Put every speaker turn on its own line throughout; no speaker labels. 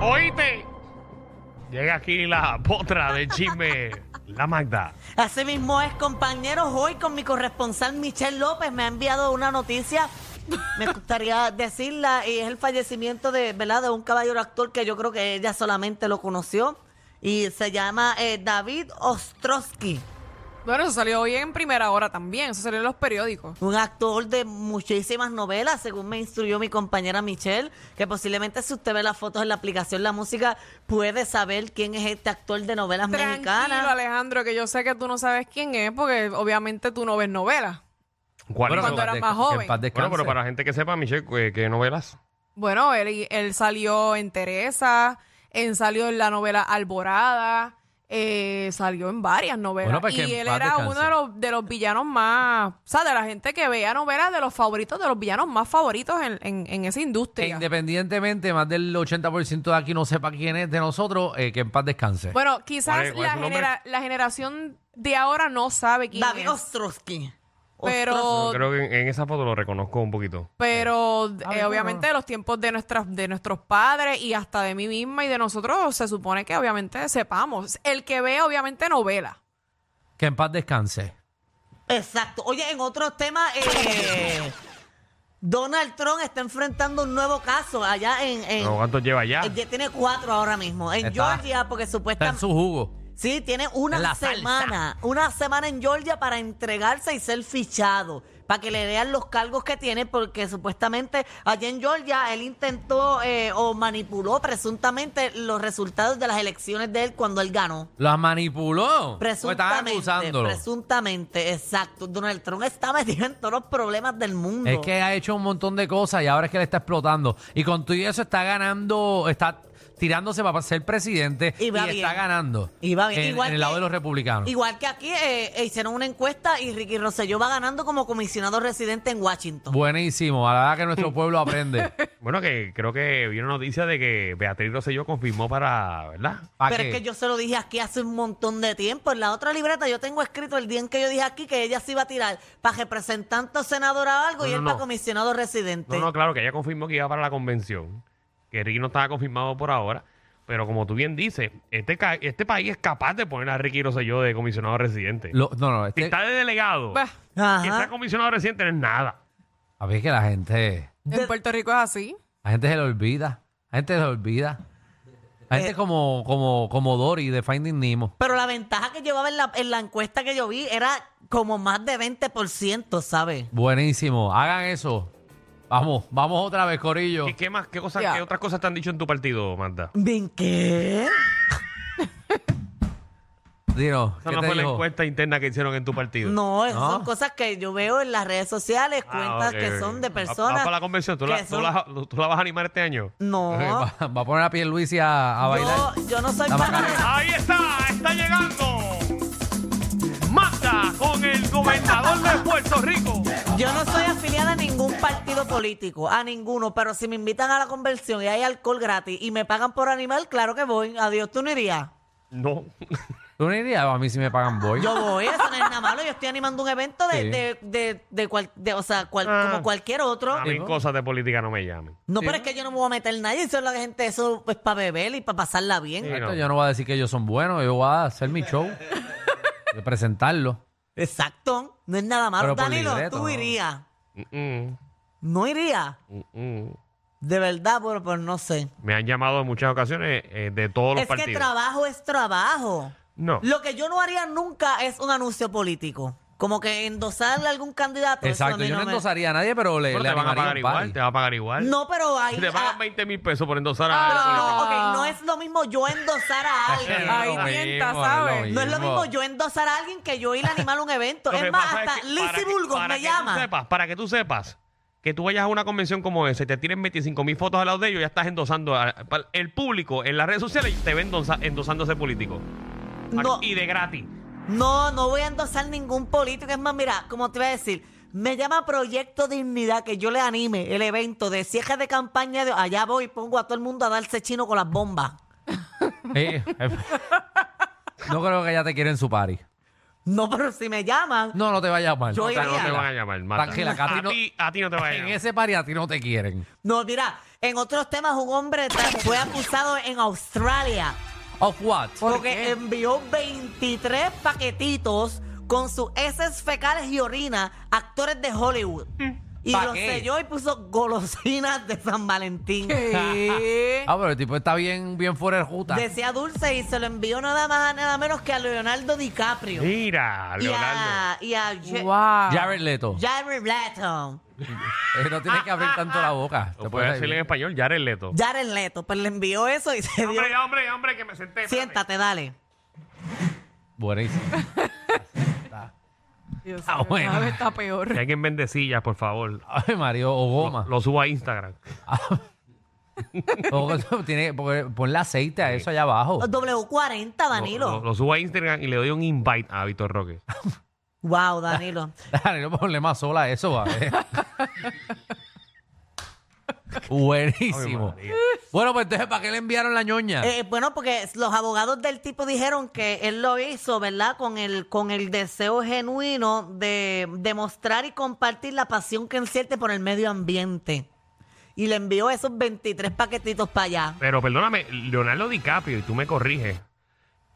¿Oíste? Llega aquí la potra del chisme, la Magda.
Así mismo es, compañeros. Hoy con mi corresponsal Michelle López me ha enviado una noticia. Me gustaría decirla y es el fallecimiento de, ¿verdad? de un caballero actor que yo creo que ella solamente lo conoció y se llama eh, David Ostrowski.
Bueno, eso salió hoy en primera hora también, eso salió en los periódicos.
Un actor de muchísimas novelas, según me instruyó mi compañera Michelle, que posiblemente si usted ve las fotos en la aplicación La Música puede saber quién es este actor de novelas
Tranquilo,
mexicanas.
Alejandro, que yo sé que tú no sabes quién es porque obviamente tú no ves novelas.
¿Cuál
Bueno,
es?
cuando era
que-
más
que
joven.
en paz descanse.
Bueno, pero para la gente que sepa, Michelle, ¿qué, qué novelas?
Bueno, él, él salió en Teresa, él salió en la novela Alborada, eh, salió en varias novelas.
Bueno, pues que
y
en
él
paz
era
descanse.
uno de los, de los villanos más, o sea, de la gente que veía novelas, de los favoritos, de los villanos más favoritos en, en- en esa
Que
industria.
independientemente, más del 80% de aquí no sepa quién es de nosotros, eh, que en paz descanse.
Bueno, quizás
¿Cuál es- cuál es
la,
su nombre?
genera- la generación de ahora no sabe quién
David
es.
Ostrowski.
Pero-
Yo creo que en, en esa foto lo reconozco un poquito.
Pero eh,
bueno.
obviamente los tiempos de nuestras, de nuestros padres y hasta de mí misma y de nosotros se supone que obviamente sepamos. El que ve obviamente novela.
Que en paz descanse.
Exacto. Oye, en otros temas, eh, Donald Trump está enfrentando un nuevo caso allá en... en-
No, ¿Cuánto lleva ya?
eh, ya tiene cuatro ahora mismo. En
Está-
Georgia, porque
Está en
supuestamente...
su jugo.
Sí, tiene
en
una
la salsa.
semana, una semana en Georgia para entregarse y ser fichado, para que le vean los cargos que tiene, porque supuestamente allá en Georgia él intentó eh, o manipuló presuntamente los resultados de las elecciones de él cuando él ganó.
Las manipuló. Pues estaban
Presuntamente,
acusándolo.
presuntamente, exacto. Donald Trump está metido en todos los problemas del mundo.
Es que ha hecho un montón de cosas y ahora es que le está explotando. Y con todo y eso está ganando, está tirándose para ser presidente y,
Y va bien.
está ganando.
Y va bien.
En,
Igual
en el
que-
lado de los republicanos.
Igual que aquí eh, eh, hicieron una encuesta y Ricky Rosselló va ganando como comisionado residente en Washington.
Buenísimo. A la verdad que nuestro pueblo aprende.
Bueno, que creo que vi una noticia de que Beatriz Rosselló confirmó para, ¿verdad?
¿Pa'
Pero
qué?
es que yo se lo dije aquí hace un montón de tiempo. En la otra libreta yo tengo escrito el día en que yo dije aquí que ella se iba a tirar para representante o senadora o algo
No,
y
no,
él
no.
para comisionado residente.
No, no, claro, que ella confirmó que iba para la convención. Que Ricky no estaba confirmado por ahora. Pero como tú bien dices, este, ca- este país es capaz de poner a Ricky Rosselló de comisionado residente.
Lo- no, no.
Si
Este,
está de delegado,
Bah,
si está
Ajá.
comisionado residente, no es nada.
a ver que la gente.
en Puerto Rico es así.
La gente se le olvida. La gente se le olvida. La
Eh.
gente es como, como, como Dory de Finding Nemo.
Pero la ventaja que llevaba en la, en la encuesta que yo vi era como más de 20%, ¿sabes?
Buenísimo. Hagan eso. Vamos, vamos otra vez, Corillo.
¿Qué, qué más? ¿Qué, cosas,
Ya.
¿Qué otras cosas te han dicho en tu partido, Magda?
¿Bien qué?
Dino,
Esa
¿qué
no
te
fue la
dijo?
encuesta interna que hicieron en tu partido.
No, esas
No.
son cosas que yo veo en las redes sociales,
Ah,
cuentas
ok,
que
ok.
son de
Va-
personas.
va para la convención? ¿Tú
que
la, tú
son-
la- tú la vas a animar este año?
No,
Eh, Va, va a poner a Pierluisi a, a bailar.
¿Ah? yo, yo no soy
La
para...
Macarena.
Ahí está, está llegando. Mata con el gobernador de Puerto Rico.
Yo no soy afiliada a ningún partido político, a ninguno, pero si me invitan a la conversión y hay alcohol gratis y me pagan por animal, claro que voy. Adiós, tú no irías.
No.
¿Tú no irías? A mí si me pagan voy.
Yo voy, eso no es nada malo. Yo estoy animando un evento de,
Sí.
de, de, de cual- de- o sea, cual-
Ah.
como cualquier otro.
A mí en cosas de política no me llamen.
No, pero es que yo no me voy a meter nadie. Eso es la gente, eso es para beber y para pasarla bien.
Sí. no.
Exacto, Yo no voy a decir que ellos son buenos, yo voy a hacer mi show, de presentarlo.
Exacto, no es nada malo.
Pero por
Danilo,
libreto,
tú
no.
irías.
Mm-mm,
No irías.
mm-mm.
De verdad, bueno, pues no sé.
Me han llamado en muchas ocasiones eh, de todos los
Es que
partidos.
trabajo es trabajo.
no.
Lo que yo no haría nunca es un anuncio político. Como que endosarle a algún candidato. eso a
Exacto,
mí
yo no
me-
endosaría a nadie, pero le,
Pero
le
te van a
animaría
pagar
un party.
igual, te van a pagar igual.
No, pero ahí.
Si te
ah,
pagan 20 mil pesos por endosar a
pero,
alguien.
ok, no es lo mismo yo endosar a alguien.
Ay,
Es lo
tienta,
mismo,
¿sabes?
No es lo mismo yo endosar a alguien que yo ir a animar un evento.
Lo que
es más,
pasa es
hasta
que para
Lizzie
que-
Burgos
para
me
que tú
llama.
sepas, para que tú sepas que tú vayas a una convención como esa y te tiren 25 mil fotos al lado de ellos, ya estás endosando. a- pa- el público en las redes sociales te ve endosa- endosando a ese político.
No.
Y de gratis.
No, no voy a endosar ningún político. Es más, mira, como te iba a decir, me llama Proyecto Dignidad que yo le anime el evento de cierre de campaña. De, allá voy y pongo a todo el mundo a darse chino con las bombas.
Sí, es- no creo que ella te quiera en su party.
No, pero si me llaman.
No, no te vaya a llamar.
Yo
O sea, no te
Iría.
van a llamar, Marta.
Ángela, que a ti
a
no-
ti, a ti no te van a
En
llamar.
ese party a ti no te quieren.
No, mira, en otros temas un hombre tra- fue acusado en Australia
¿Of what?
¿Por
porque
qué?
envió 23 paquetitos con sus heces fecales y orina a actores de Hollywood. Y
¿Pa
los
qué?
selló y puso golosinas de San Valentín.
¿Qué?
Ah, pero el tipo está bien, bien fuera de juta.
Decía Dulce y se lo envió nada más nada menos que a Leonardo DiCaprio.
Mira,
Y
Leonardo.
a, y a Ja-
wow.
Jared Leto.
Jared Leto.
Eh, no tienes que
Ah,
abrir tanto la boca. Te
Lo
puedes
puedes decir en español, Jared Leto.
Jared Leto, pues le envió eso y se dio.
Hombre, hombre, hombre, que me senté. espérate.
Siéntate, dale.
Buenísimo.
Dios
Está
mío,
bueno.
cada vez Está
Que
peor.
alguien vende sillas, por favor.
Ay, Mario, o goma.
Lo subo a Instagram.
O eso tiene, porque ponle aceite a eso allá abajo.
W40, Danilo.
Lo, lo- lo subo a Instagram y le doy un invite a Víctor Roque.
Wow, Danilo.
Dale, no ponle más sola a eso, va. eh. Buenísimo.
Ave María.
Bueno, pues entonces, ¿para qué le enviaron la ñoña?
Eh, bueno, porque los abogados del tipo dijeron que él lo hizo, ¿verdad? Con el, con el deseo genuino de demostrar y compartir la pasión que él siente por el medio ambiente. Y le envió esos 23 paquetitos para allá.
Pero perdóname, Leonardo DiCaprio, y tú me corriges,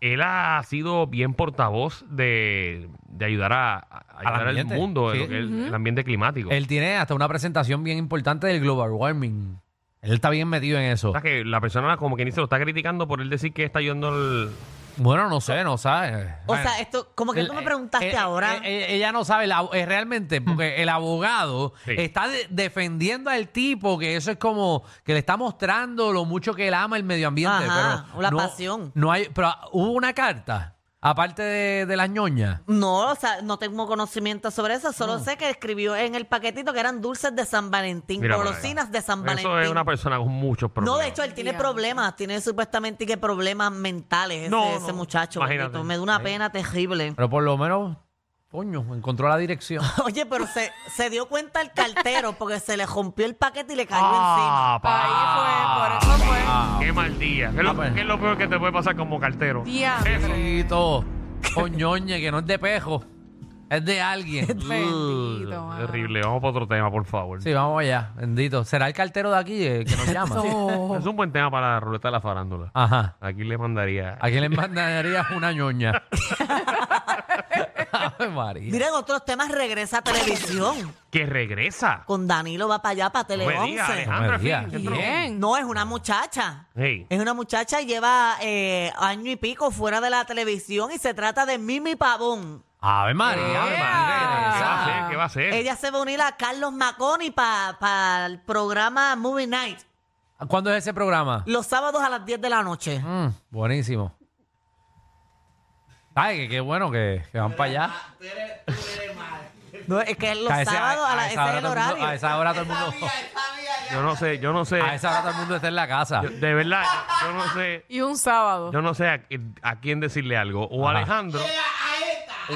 él ha sido bien portavoz de, de ayudar, a, a- ayudar al
ambiente.
mundo, en
Sí.
lo que es el, el ambiente climático.
Él tiene hasta una presentación bien importante del global warming. Él está bien metido en eso.
O sea, que la persona como que ni se lo está criticando por él decir que está ayudando al...
Bueno, no sé, no sabe.
O sea, esto, como que tú me preguntaste
Eh, eh,
ahora.
eh, eh, ella no sabe, el abo- eh, realmente, porque el abogado
Sí.
está de- defendiendo al tipo, que eso es como que le está mostrando lo mucho que él ama el medio ambiente.
Ajá,
pero
la
no-
pasión.
No hay, pero ah, hubo una carta, aparte de, de las ñoñas.
No, o sea, no tengo conocimiento sobre eso. Solo sé que escribió en el paquetito que eran dulces de San Valentín,
Mira para
golosinas
allá.
de San Valentín.
Eso es una persona con muchos problemas.
no, de hecho, él tiene
Diablo.
problemas. Tiene supuestamente que problemas mentales ese,
No, no,
ese muchacho.
imagínate.
bendito. Me da una pena terrible.
Pero por lo menos, coño, encontró la dirección.
Oye, pero se, se dio cuenta el cartero porque se le rompió el paquete y le cayó
Ah,
Ahí
pa-
fue, por eso fue.
Qué mal día. ¿Qué es,
Ah,
lo,
pues.
qué es lo peor que te puede pasar como cartero?
Diablo.
Tito, con ñoña, que no es de pejo, es de alguien.
ah,
Bendito, mano.
Terrible. Vamos para otro tema, por favor.
Sí, vamos allá, bendito. ¿Será el cartero de aquí eh, que nos llama?
No.
Es un buen tema para la ruleta de la farándula.
Ajá.
Aquí le mandaría...
¿A quién le mandarías una ñoña? Ave María.
encima. Mira, en otros temas regresa a televisión.
Que regresa.
Con Danilo va para allá, para Tele
No me digas,
11.
Alejandro,
No me digas.
al fin, entró.
Bien.
No, es una muchacha.
Hey.
Es una muchacha, lleva eh, año y pico fuera de la televisión y se trata de Mimi Pavón.
Ave María.
Ave María,
Ave
¿Qué va a
María.
hacer? ¿Qué va a hacer?
Ella se va a unir a Carlos Maconi para el programa Movie Night
¿Cuándo es ese programa?
los sábados a las 10 de la noche.
Mm, buenísimo. Ay, que qué bueno que, que van para allá.
No, es que es los
A ese-
sábados a,
a
la-
esa
ese es
hora
el
todo mundo-
horario.
A esa hora todo el mundo.
Yo no sé, yo no sé.
A esa hora todo el mundo está en la casa.
Yo- de verdad, yo no sé.
Y un sábado.
Yo no sé a, a quién decirle algo. O a
Ajá.
Alejandro.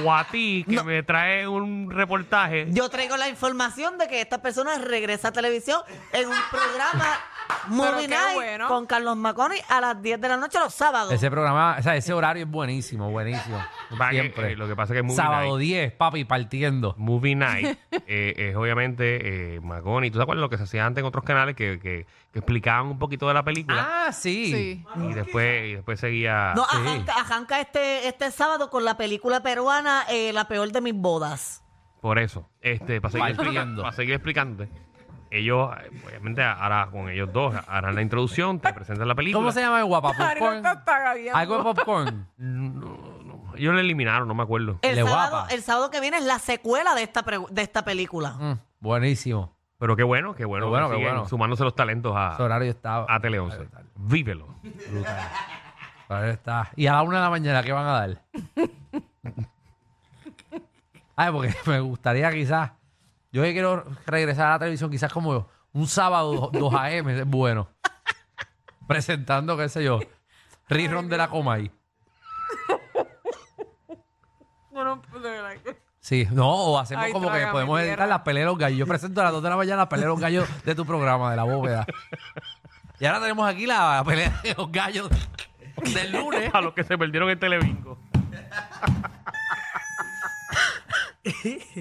O a ti, que me trae un reportaje.
Yo traigo la información de que esta persona regresa a televisión en un programa Movie
qué
Night
bueno.
con Carlos Maconi a las 10 de la noche los sábados.
Ese programa, o sea, ese horario es buenísimo, buenísimo.
Va que-
Siempre.
eh, lo que pasa es que es muy
Sábado 10, papi, partiendo.
Movie Night eh, es obviamente eh, Magoni. ¿Tú te acuerdas lo que se hacía antes en otros canales que, que- que explicaban un poquito de la película?
Ah, sí.
Sí.
Y después, y después seguía.
No,
sí.
arranca, arranca este, este sábado con la película peruana eh, La peor de mis bodas.
Por eso. Este, para seguir,
Partiendo.
explicando, para seguir explicándote. Ellos, eh, obviamente, ahora con ellos dos harán la introducción, te presentan la película.
¿Cómo se llama el guapa?
Mario
¿Popcorn?
está- está gagueando.
¿Algo de popcorn?
Ellos le eliminaron, no me acuerdo.
El
Le
sábado,
guapa.
el sábado que viene es la secuela de esta, pre- de esta película.
Mm, buenísimo.
Pero qué bueno, qué bueno.
Qué bueno,
que
qué
siguen
bueno.
Sumándose los talentos
Ese
a,
horario estaba.
a Tele 11. Vívelo.
Brutal. Ahí está. Y a la una de la mañana, ¿qué van a dar? Ay, porque me gustaría quizás. Yo que quiero regresar a la televisión, quizás como un sábado 2 AM, es bueno. Presentando, qué sé yo, Rirón de la Comay.
No, no, de verdad que-
Sí, no, o hacemos
Ay,
como que
trágame
podemos
tierra.
editar las peleas de los gallos. Yo presento a las 2 de la mañana las peleas de los gallos de tu programa, de la bóveda. Y ahora tenemos aquí la pelea de los gallos del lunes.
A los que se perdieron el Televinco.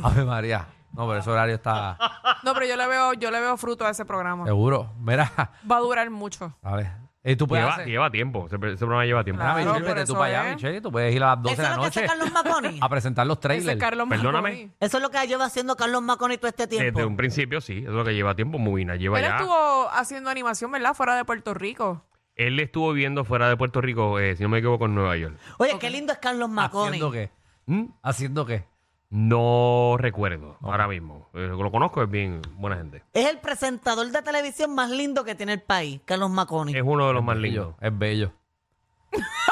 Ave María. No, pero ese horario está
No, pero yo le veo, yo le veo fruto a ese programa.
seguro. Mira,
Va a durar mucho.
a ver. Eh, tú puedes
Lleva,
hacer-
lleva tiempo. Ese, ese programa lleva tiempo.
Mira,
Claro,
Michelle,
por
vete tú
eso
para allá,
es.
Michelle. Tú puedes ir a las 12
Eso
de
es
la
lo que
noche
hace Carlos Maconi.
a presentar los
Ese
trailers.
Carlos
Perdóname.
Marconi.
Eso es lo que lleva haciendo Carlos Maconi todo este tiempo.
Desde un principio sí, eso es lo que lleva tiempo. Mubina lleva
Él
ya.
estuvo haciendo animación, ¿verdad? Fuera de Puerto Rico.
Él estuvo viviendo fuera de Puerto Rico, eh, si no me equivoco, en Nueva York.
Oye, qué lindo es Carlos Maconi.
¿Haciendo qué?
¿Mm?
¿Haciendo qué?
No recuerdo ahora mismo. Eh, lo conozco, es bien buena gente.
Es el presentador de televisión más lindo que tiene el país, Carlos Maconi.
Es uno de los más
Bello,
lindos.
Es bello.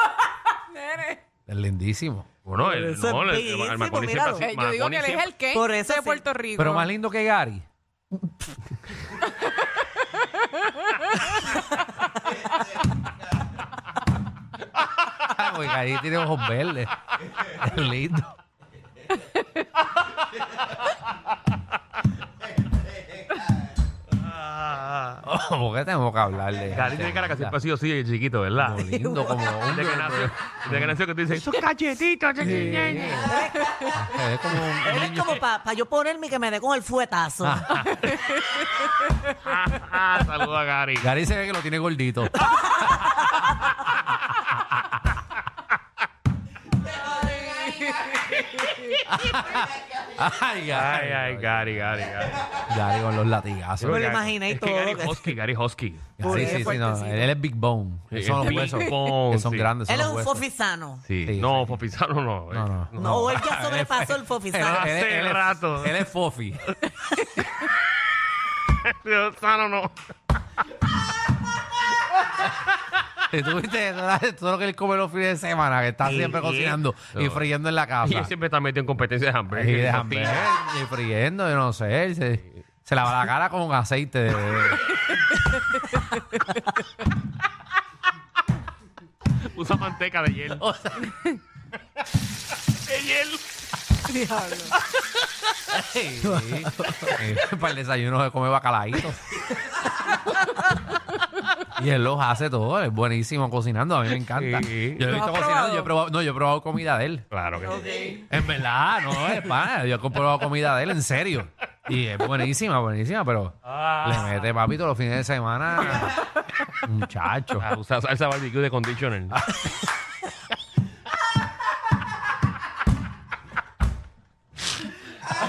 Es lindísimo.
Bueno, el,
Eso es
no, el- el-
bellísimo,
el Marconi siempre
míralo.
ha sido-
Eh, yo digo
Marconi
que él es
siempre-
el que
Por eso
de
sí.
Puerto Rico.
Pero más lindo que Gary. Ah, porque Gary tiene ojos verdes. Es lindo. Oh, ¿Por qué tenemos que hablar de
Gary Ah, tiene cara que siempre ha sido así de chiquito, ¿verdad?
Como lindo, como un
Desde que nació, desde que nació que tú dices, esos cachetitos, chiquiñeñe".
Es como un
Él es
niño.
como para yo ponerme y que me dé con el fuetazo.
Ah,
Ah, Saluda a Gary.
Gary se ve que lo tiene gordito.
Ay,
Ay, Gary.
ay, Gary, Gary, Gary.
Gary con los latigazos.
me lo imaginé y
Es que
todo.
Gary Hosky, Gary Hosky.
Por
Sí,
eso
sí, sí, no,
fuertecito.
Él es Big Bone.
Sí,
son los
Big
huesos.
Bone,
que son
sí.
grandes. Son
Él es
los
un
huesos.
fofisano.
Sí.
Sí,
no, Popizarro no.
No, no.
No, él ya sobrepasó el fofisano.
Hace rato.
Él es Fofi.
Popizarro no.
Si tú viste todo lo que él come los fines de semana, que está
Sí,
siempre
sí.
cocinando y
No.
friendo en la
Y él
casa.
siempre está metido en competencias de hambre.
Y dejan ver, y friendo, yo no sé. él se, se lava la cara con aceite. de-
Usa manteca de hielo.
O sea,
De hielo.
Diablo.
sí, sí. Eh, Para el desayuno se come bacalaíto. Y él los hace todo, él es buenísimo cocinando, a mí me encanta.
Sí.
Yo lo he
¿Lo has
visto cocinando,
probado?
yo he probado, no, yo he probado comida de él.
Claro que sí.
En verdad, no, es pana. Yo he comprado comida de él, en serio. Y es buenísima, buenísima, pero
Ah.
le mete papito los fines de semana. Muchacho.
Ah, usa salsa barbecue de conditioner.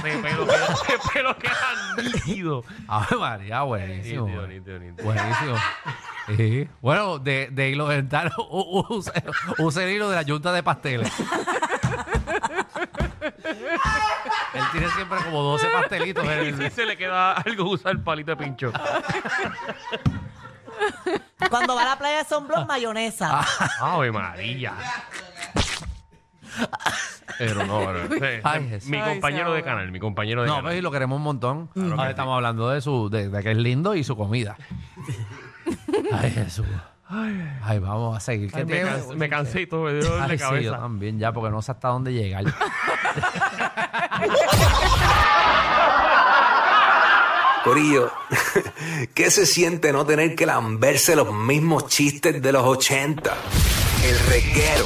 Ese pelo, que- ese pelo queda nítido.
Ave María, buenísimo.
Nítido, nítido, nítido.
Buenísimo. Sí. Bueno, de, de hilo dental, u- u- usa, usa el hilo de la yunta de pasteles. Él tiene siempre como 12 pastelitos. en
Y si
el-
se le queda algo, usa el palito de pincho.
Cuando va a la playa de Sombrón, mayonesa.
Ave María. Pero no, pero- eh,
Ay,
mi
Jesús.
Mi
Ay,
compañero
se
de
ahoga.
canal, mi compañero de
No,
canal.
pero y lo queremos un montón. Ahora estamos hablando de su, de, de que es lindo y su comida. Ay, Jesús. Ay, vamos a seguir. ¿Qué
Ay, me,
tiene-
cansé, me cansé y todo, me dio dolor
Ay,
de
sí, yo
cabeza.
también ya, porque no sé hasta dónde llegar.
Corillo, ¿qué se siente no tener que lamberse los mismos chistes de los 80? El reguero